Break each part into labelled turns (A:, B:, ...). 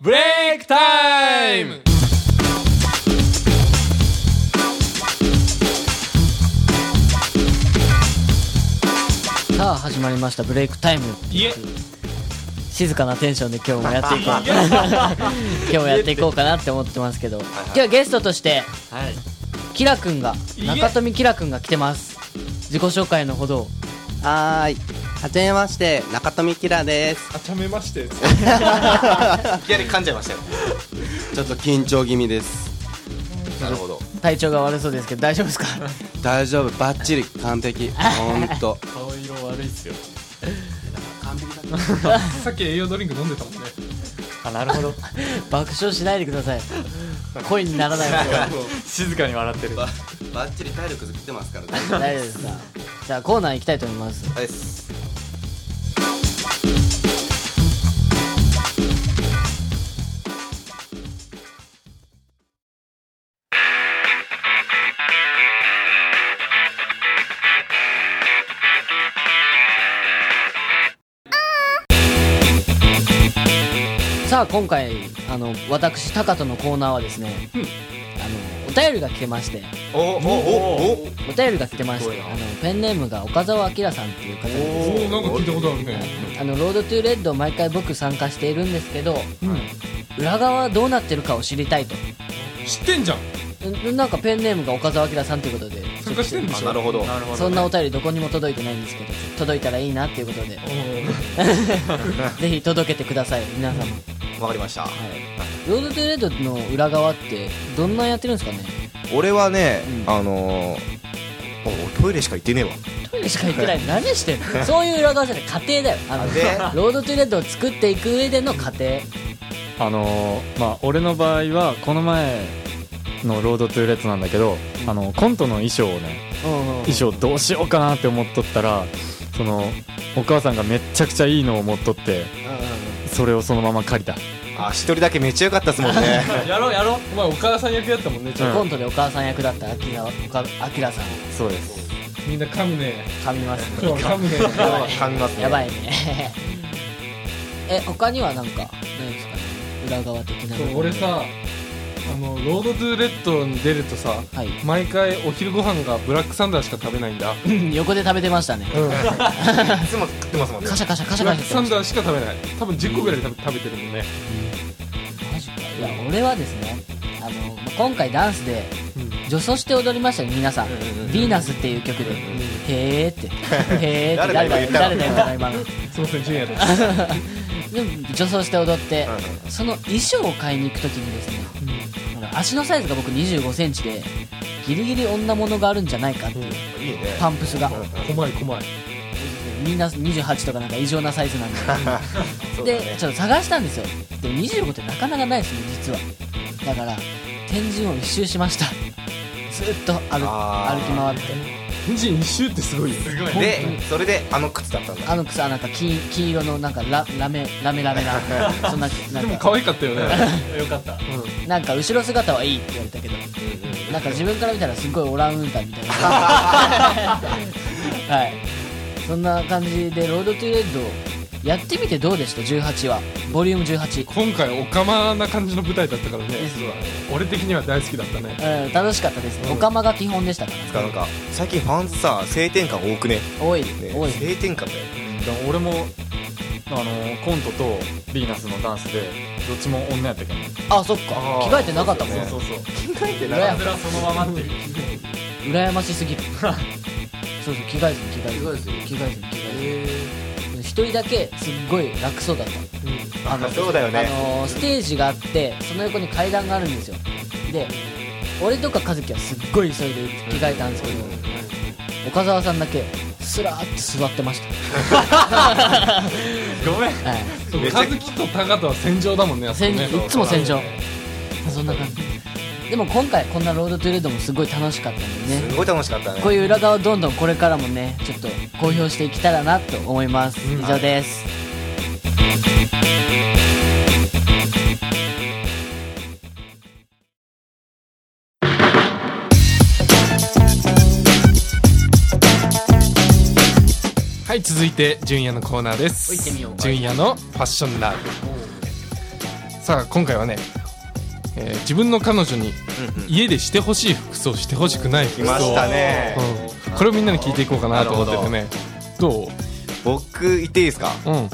A: ブレイクタイム
B: さあ始まりましたブレイクタイム
A: いえ
B: 静かなテンションで今日もやって いこう今日もやっていこうかなって思ってますけど今日はゲストとして
A: はい
B: キラくんが
A: いえ
B: 中富キラくんが来てます自己紹介のほどを
C: はーい。はじめまして、中富キラです。
A: あちゃめまして
D: いきなり噛んじゃいましたよ。
C: ちょっと緊張気味です。
D: なるほど。
B: 体調が悪そうですけど大丈夫です か
C: 大丈夫、バッチリ、完璧。ほんと。
A: 顔色悪いっすよ さっき栄養ドリンク飲んでたもんねあなるほど
B: 爆笑しないでください声にならないので
A: 静かに笑ってる
C: ババッチリ体力作ってますから大丈
B: 大丈夫です かじゃあコーナー行きたいと思います
C: 夫です。
B: さあ今回あの私タカトのコーナーはですね、あのお便りが来てまして
D: おおおお。
B: お便りが来てまし
D: すごい
B: て
D: な
B: あのペンネームが岡澤明さんっていう方で
A: おおなんか聞いたことあるね
B: あのロードトゥーレッド毎回僕参加しているんですけど、裏側どうなってるかを知りたいと
A: 知ってんじゃん
B: んなんかペンネームが岡澤明さんということで
A: 参加してんで
D: あ
A: しょ
D: なるほど。
B: そんなお便りどこにも届いてないんですけど届いたらいいなっていうことで
A: おー
B: ぜひ届けてください皆さんも、
D: わかりました。
B: ロードトゥーレッドの裏側ってどんなやってるんですかね
D: 俺はね
B: う、ん
D: あのー、おトイレしか行ってねえわ。
B: トイレしか行ってない何してんのそういう裏側じゃない家庭だよあの
D: 家
B: ロードトゥーレッドを作っていく上での過程
E: あのーまあ俺の場合はこの前の「ロードトゥーレッド」なんだけど、あのコントの衣装をね衣装どうしようかなって思っとったらそのお母さんがめっちゃくちゃいいのを持っとってそれをそのまま借りた
D: あ、一人だけめっちゃ良かったっすもんね。
A: やろうやろうお前お母さん役やったもんねちょっ
B: コントでお母さん役だったアキラおかアキラさん
E: そうです
A: とみんな噛むね
B: 噛みます
A: 今日は噛むね
B: やばい
D: 感があって
B: やばいね え他にはなんかないですかね裏側的な
A: そう俺さあのロードトゥーレッドに出るとさ
B: はい
A: 毎回お昼ご飯がブラックサンダーしか食べないんだ
B: 横で食べてましたね
A: う
D: い
A: ん
D: つも食ってますもんね
B: カ。シャカシャカシ
A: ブ
B: ャカ
A: ラ
B: シャし
A: ック
B: て
A: サ
B: ま
A: ン
B: した
A: ダーしか食べない多分10個ぐらい食べ食べてるもんね
B: マジかいや俺はですねあのまあ今回ダンスで女装して踊りましたね皆さん「ヴィーナス」っていう曲で「へー って「へーって誰
D: 誰だ
B: だよ
D: 今言ったの
B: 誰だよ誰だよ今の
A: すいませんジュニアです
B: でも女装して踊ってその衣装を買いに行く時にですねほら足のサイズが僕2 5センチでギリギリ女物があるんじゃないかっていう
D: いいね。
B: パンプスが
A: 細い細い
B: みんな28とかなんか異常なサイズなんで
D: そうだ
B: で、
D: ね
B: ちょっと探したんですよでも25ってなかなかないですね実はだから天神を一周しましたずっと歩
D: あー
B: 歩き回って
A: 天神一周ってすごいよすご
D: で、それであの靴だったんだ。
B: あの草なんか金金色のなんかララメラメラメ なそんなな
A: で
B: ん
A: も
B: か
A: 可愛かったよね よかった
B: なんか後ろ姿はいいって言われたけどなんか自分から見たらすごいオランウータンみたい なはいそんな感じで「ロード・トゥ・レッド」やってみてどうでした18話ボリューム18
A: 今回オカマな感じの舞台だったからね
B: ですよ
A: 俺的には大好きだったね
B: うん、楽しかったですね。おかまが基本でしたか
D: つかなんか最近ファンズさ晴天感多くね。
B: ら。多い、
D: ね
B: 多い。
D: 晴天感だよ。
E: だから俺もあのーコントとヴィーナスのダンスでどっちも女やったけどね
B: あ、そっか。
D: あー
B: 着替えてなかったもん。
D: そうそう
E: そう
D: 考えてな
B: 羨
D: かっ
B: ま
E: そのままっていう
B: 羨ましすぎ る。そうそう、着替えずに着替えずに。着替えずに着替えずに。一人だけすっごい楽そうだった。
D: た。あのそうだよ
B: あ
D: ね。
B: のー、ステージがあって、その横に階段があるんですよ。で、俺とか和樹はすっごい急いで着替えたんですけど、岡澤さんだけ、すらーっと座ってました。
E: ごめん
B: はい。
A: そう
D: めち
A: 和
D: ゃ
A: 樹と高田は戦場だもんねあそこ
B: 戦
A: ね
B: いつも戦場そんな感じでも今回こんな「ロードトゥーレッド」もすごい楽しかったんでね
D: すごい楽しかったね。
B: こういう裏側をどんどんこれからもねちょっと公表していけたらなと思います以上です、
A: はい続いて純也のコーナーで
B: おい行ってみよ
A: す
B: う
A: 純也のファッションライさあ今回はね、えー自分の彼女に
D: うんうん
A: 家でしてほしい服装してほしくない服
D: 来
A: 装
D: ましたね
A: うんこれをみんなに聞いていこうかなと思っててねどう
D: 僕言っていいですか
A: うん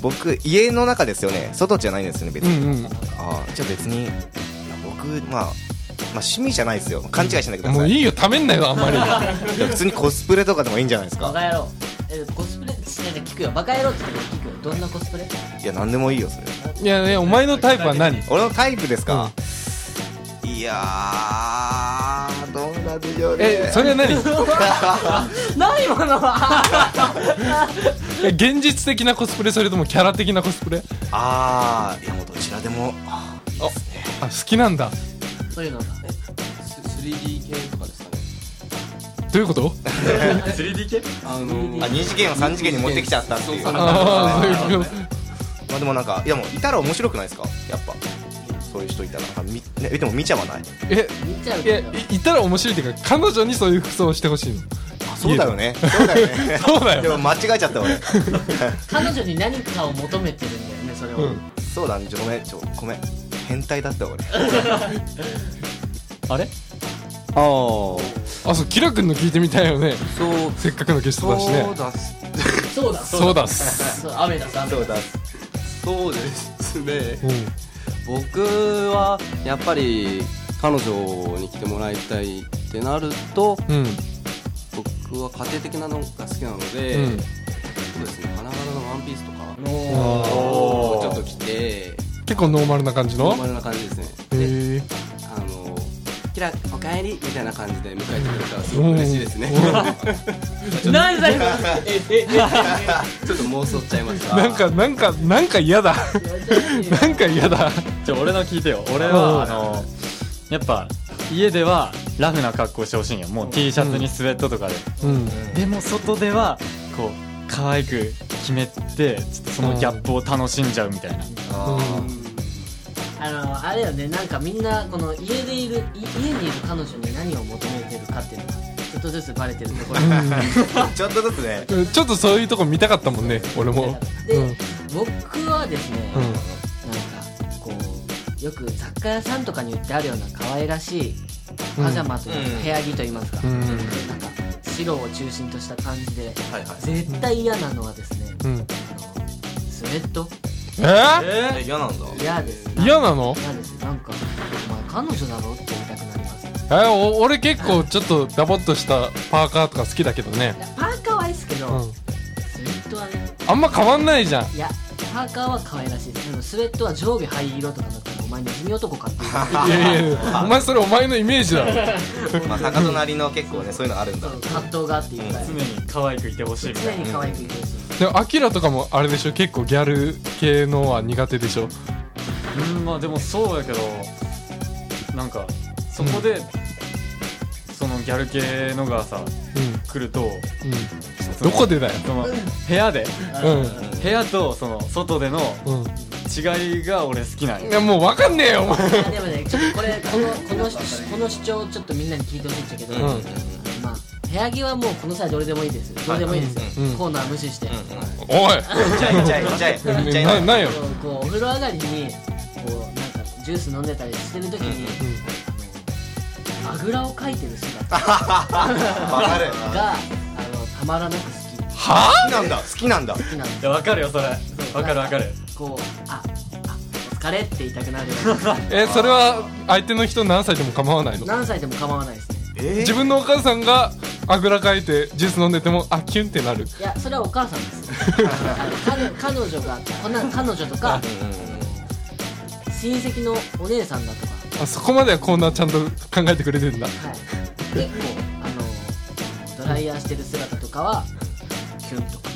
D: 僕家の中ですよね外じゃないんですよね別
A: う
D: に、
A: んうん
D: ああじゃあ別に僕まあまあ趣味じゃないですよ勘違いしないでくだ
A: も
D: さ
A: う
D: い
A: いいよためんなよあんま り
D: いや普通にコスプレとかでもいいんじゃないです
B: バ
D: か
B: カ野郎えコスプレいや聞くよバカ野郎って言って聞くよどんなコスプレ
D: いや何でもいいよそれ
A: いやねお前のタイプは何
D: 俺のタイプですか、いやーどうなんでしょうね
A: えそれは何
B: 何今の
A: え現実的なコスプレそれともキャラ的なコスプレ
D: ああいやもうどちらでもあーいいですね
A: あ好きなんだ
B: そういうの
F: ス 3D 系とかですかね
A: どういうこと
F: あのー
D: あ二次元を三次元に持ってきちゃったっていう
F: そうそう
A: ああそういうこと
D: まあでもなんかいやもういたら面白くないですかやっぱそういう人いたらあみ、ね、でも見ちゃわない
A: え
B: 見ちゃう
A: いや
B: け
A: い
B: ど
A: 言ったら面白いっていうか彼女にそういう服装をしてほしいの
D: あそうだよねそうだよね
A: そうだよ
D: でも間違えちゃった俺
B: 彼女に何かを求めてるんだよねそれを、
A: うん
D: そうだねちょごめんちょごめん変態だった 俺
E: あれ
C: あー
A: あそうキラ君の聞いてみたいよね
F: そう
A: せっかくのゲストだし
F: そ
A: ね
F: うだっす
B: そうだ
A: そう
B: だ
A: だっす
B: そう雨だ雨だ
D: そうだ
F: そうですね
A: うん
C: 僕はやっぱり彼女に来てもらいたいってなると
A: うん
C: 僕は家庭的なのが好きなので、
A: うん
C: そうですね花柄のワンピースとか
D: おー
C: をちょっと着て
A: 結構ノーマルな感じ
C: ノ
A: の
C: ーマルな感じですねで
A: へえ
C: あの「キラおかえり」みたいな感じで迎えてくれたらすごく嬉しいですね
B: 何だよえええ
C: ちょっと妄想っちゃいました
A: なんかなんかなんか嫌だなんか嫌だ
E: じゃあ俺の聞いてよ俺
A: うん
E: はあのやっぱ家ではラフな格好してほしいんよもう T シャツにスウェットとかで、
A: うん
E: でも外ではこう可愛く決めてちょっとそのギャップを楽しんじゃうみたいな、
B: あのあれよねなんかみんなこの家でいるい家にいる彼女に何を求めてるかっていうのがちょっとずつバレてるところが
D: ちょっとずつね
A: うんちょっとそういうとこ見たかったもんね俺も
B: で、
A: うん
B: 僕はですね、
A: うん
B: なんかこうよく雑貨屋さんとかに売ってあるような可愛らしいパジャマというか、
D: うん
B: 部屋着といいますか、
A: うん
B: なんか白を中心とした感じで
D: はいは
B: 絶対嫌なのはですね、
A: うん
B: あのスウェット
A: えー
D: い嫌なんだ
B: 嫌です
A: 嫌なの
B: 嫌ですなんかお前彼女だろって言いたくなりますい
A: えお俺結構ちょっとダボっとしたパーカーとか好きだけどね
B: やパーカーはいいですけど、
A: うん
B: スウェットはね
A: あんま変わんないじゃん
B: いやパーカーは可愛らしいですでもスウェットは上下灰色とかだったらお前ネズミ男か っていう
A: いやいやいやお前それお前のイメージだろ
D: まあ坂となりの結構ねそういうのあるんだ
B: そう葛藤があっていっぱい
E: 常に可愛くいてほしいみた
B: 常
E: いな
B: に可愛くいてほしい
A: でもアキラとかもあれでしょ結構ギャル系のは苦手でしょ
E: うんまあでもそうやけどなんかそこで、そのギャル系のがさ
A: うん
E: 来ると
A: うん
E: そ
A: ど
E: の
A: こでだよ
E: その部屋で
A: う
E: 部屋とその外での
A: んうん
E: 違いが俺好きなん
A: い
E: よ
A: やもうわかんねえよお前
B: いやでもねちょっとこれこのこの主この主張をちょっとみんなに聞いてほしいんだけど、
A: うん
B: まあ部屋着はもうこの際どれでもいいですどれでもいいです、
A: うん
B: コーナー無視して、
A: おい
D: ちゃいちゃいちゃいちゃいちゃ
A: ないなんよ
B: こうお風呂上がりにこうなんかジュース飲んでたりしてる時に、あのあぐらをかいてる姿が
D: わかる
B: あのたまらなく好き
D: はあなんだ好きなんだ
B: 好きなんで
E: いやわかるよそれわ
B: す
E: かるわかる
B: こうああお疲れって言いたくなるような
A: えそれは相手の人何歳でも構わないの
B: 何歳でも構わないですね
D: え
A: 自分のお母さんがあぐらかいてジュース飲んでてもあキュンってなる
B: いやそれはお母さんですあの彼彼女がこんな彼女とか親戚のお姉さんだとか、
A: あそこまではこんなちゃんと考えてくれてんだ
B: はい、結構あのドライヤーしてる姿とかはキュンとか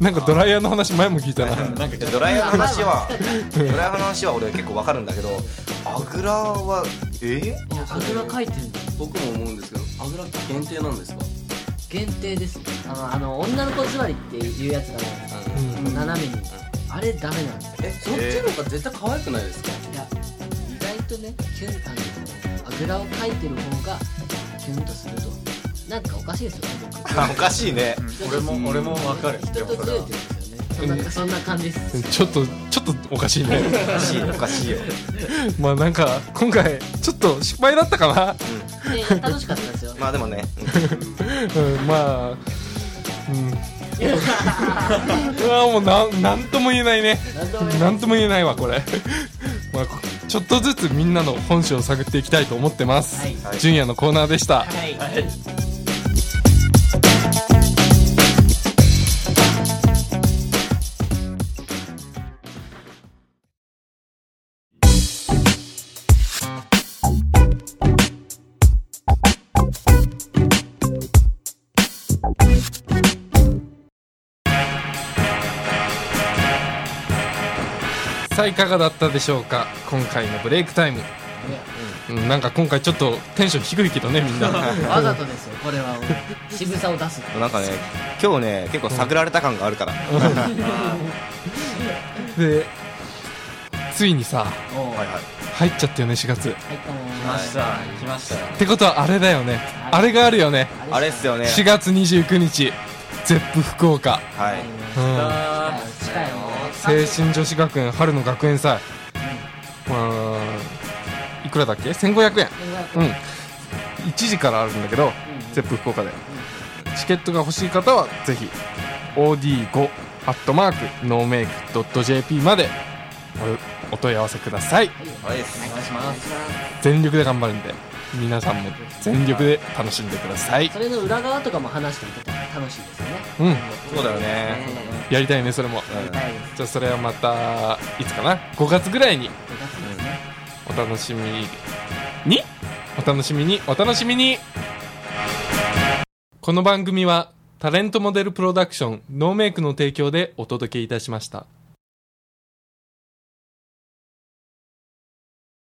A: なんかドライヤーの話前も聞いたな
E: なんか
D: ドライヤーの話はドライヤーの話は俺結構わかるんだけどあぐらはえ
B: いやあぐらかいてるんだ
C: 僕も思うんですけどあぐらって限定なんですか
B: 限定ですあのあの女の子座りっていうやつだから
A: うん
B: もう斜めにあれダメなんですよ
C: えそっちの方が絶対可愛くないですか
B: いや意外とねキュンあのあぐらをかいてる方がキュンとするとなんかおかしいですよね僕
D: あおかしいね
E: 俺も俺もわかる
B: 人とずれてるんですよねそんなそんな感じです
A: ちょっとちょっとおかしいね
D: おかしいおかしいよ
A: まあなんか今回ちょっと失敗だったかな
B: で楽しかったですよ
D: まあでもね
A: うん、まあ、うん。うわもうなんなんとも言えないねなんとも言えないわこれ まあこちょっとずつみんなの本性を探っていきたいと思ってます、
B: はいは
A: ジュニアのコーナーでした、
B: はい
A: さあいかがだったでしょうか今回のブレイクタイム、うん、なんか今回ちょっとテンション低いけどねみんな
B: わざとですよこれは渋さを出す
D: なんかね今日ね結構探られた感があるから
A: でついにさ
B: おお
D: はいはい
A: 入っちゃったよね4月っ
B: はいどうも
F: ました来ました
A: てことはあれだよねあれがあるよね
D: あれっすよね
A: 4月29日ゼップ福岡、
D: はい
A: うん、
B: 近いよ
A: 青春女子学園春の学園祭、まあいくらだっけ1500円うん1時からあるんだけど、ゼップ福岡で、チケットが欲しい方はぜひ OD5 アットマークノーメイクドット JP までおお問い合わせください
D: はいです
A: 全力で頑張るんで皆さんも全力で楽しんでください
B: それの裏側とかも話していけたら楽しいですよね
A: うん
D: そうだよね
A: やりたいねそれも、
D: うん
B: はいです
A: じゃあそれはまたいつかな5月ぐらいに
B: 部活ですね
A: お楽しみにお楽しみにお楽しみにこの番組はタレントモデルプロダクションノーメイクの提供でお届けいたしました。